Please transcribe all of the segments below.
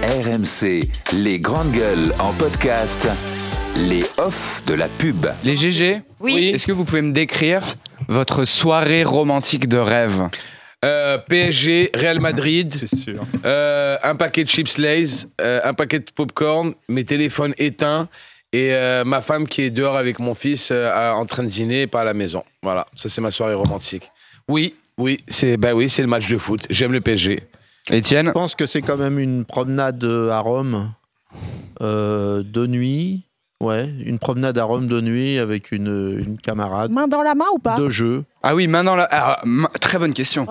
RMC, les grandes gueules en podcast, les off de la pub. Les GG, Oui. est-ce que vous pouvez me décrire votre soirée romantique de rêve Euh, PSG, Real Madrid, C'est sûr. euh, un paquet de chips Lays, euh, un paquet de popcorn, mes téléphones éteints et euh, ma femme qui est dehors avec mon fils euh, à- en train de dîner pas à la maison. Voilà, ça c'est ma soirée romantique. Oui, oui, c'est bah oui, c'est le match de foot. J'aime le PSG. Étienne Je pense que c'est quand même une promenade euh, à Rome euh, de nuit. Ouais, une promenade à Rome de nuit avec une, une camarade Main dans la main ou pas de jeu. Ah oui, main dans la... ah, ma- Très bonne question.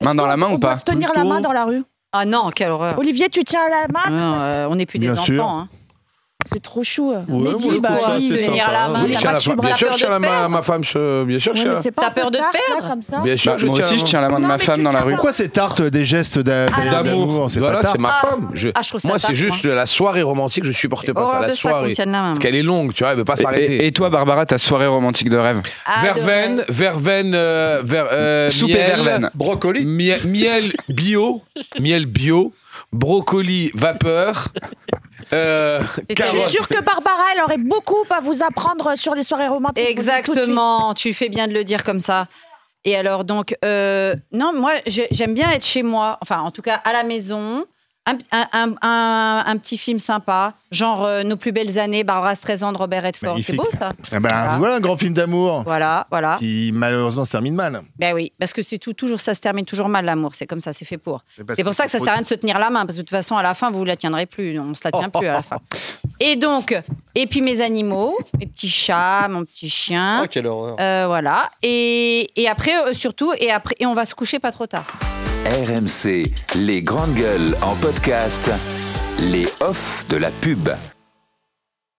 Main dans la main On ou doit pas se tenir la Plutôt- Hein main dans la rue. Ah non, quelle horreur. Olivier, tu tiens la main Non, euh, on n'est plus des Bien enfants. sûr. hein. C'est trop chou. euh. Ouais, Mehdi, moi, je bah, trouve ça oui, assez de- sympa. tenir la main, Oui, Oui, je la tiens la main, tu femme- hein. bien la sûr, peur je tiens de la main à perdre. ma femme. je- Bien sûr, je Ouais, tiens. mais c'est pas T'as un peu peur de tard, là, perdre comme ça. Bien sûr, Bah, je moi tiens aussi, la je main. tiens la main de Non, ma mais femme tu dans la tiens rue. pas. Pourquoi c'est tarte des gestes d'a- Ah. Alors, d'amour d'amour. C'est Voilà, pas tarte. c'est ma Ah. femme. Je- Ah, je trouve ça Moi, c'est tarte, juste la soirée romantique. Je supporte pas Bah, ça. Horreur La de ça qu'on soirée. tienne la main. Parce qu'elle est longue, tu vois, elle veut pas Et- s'arrêter. Et, et toi, Barbara, ta soirée romantique de rêve Ah, de- Verveine, verveine, euh, ver, euh, Soupe et miel, verveine. Brocoli. mie- miel bio, miel bio, brocoli vapeur, euh, Et Je suis carottes. sûre que Barbara, elle aurait beaucoup à vous apprendre sur les soirées romantiques. Je vous le dis tout de suite. Exactement, tu fais bien de le dire comme ça. Et alors donc, euh, non, moi je- j'aime bien être chez moi, enfin en tout cas à la maison, un, un- un- un- un petit film sympa, genre euh, Nos plus belles années, Barbara Streisand, de Robert Redford, c'est Magnifique. beau ça Ah ben, Voilà. Voilà un grand film d'amour Voilà, voilà. qui malheureusement se termine mal. Ben oui, parce que c'est tout, toujours ça se termine toujours mal l'amour, c'est comme ça, c'est fait pour. parce C'est pour ça que ça sert à rien de se tenir la main, parce que de toute façon, à la fin, vous la tiendrez plus. On se la Oh, tient plus à la fin. Et donc, et puis mes animaux, mes petits chats, mon petit chien. quelle horreur. euh, voilà. Et, et après, euh, surtout, et après, et on va se coucher pas trop tard. RMC, les grandes gueules en podcast, les off de la pub.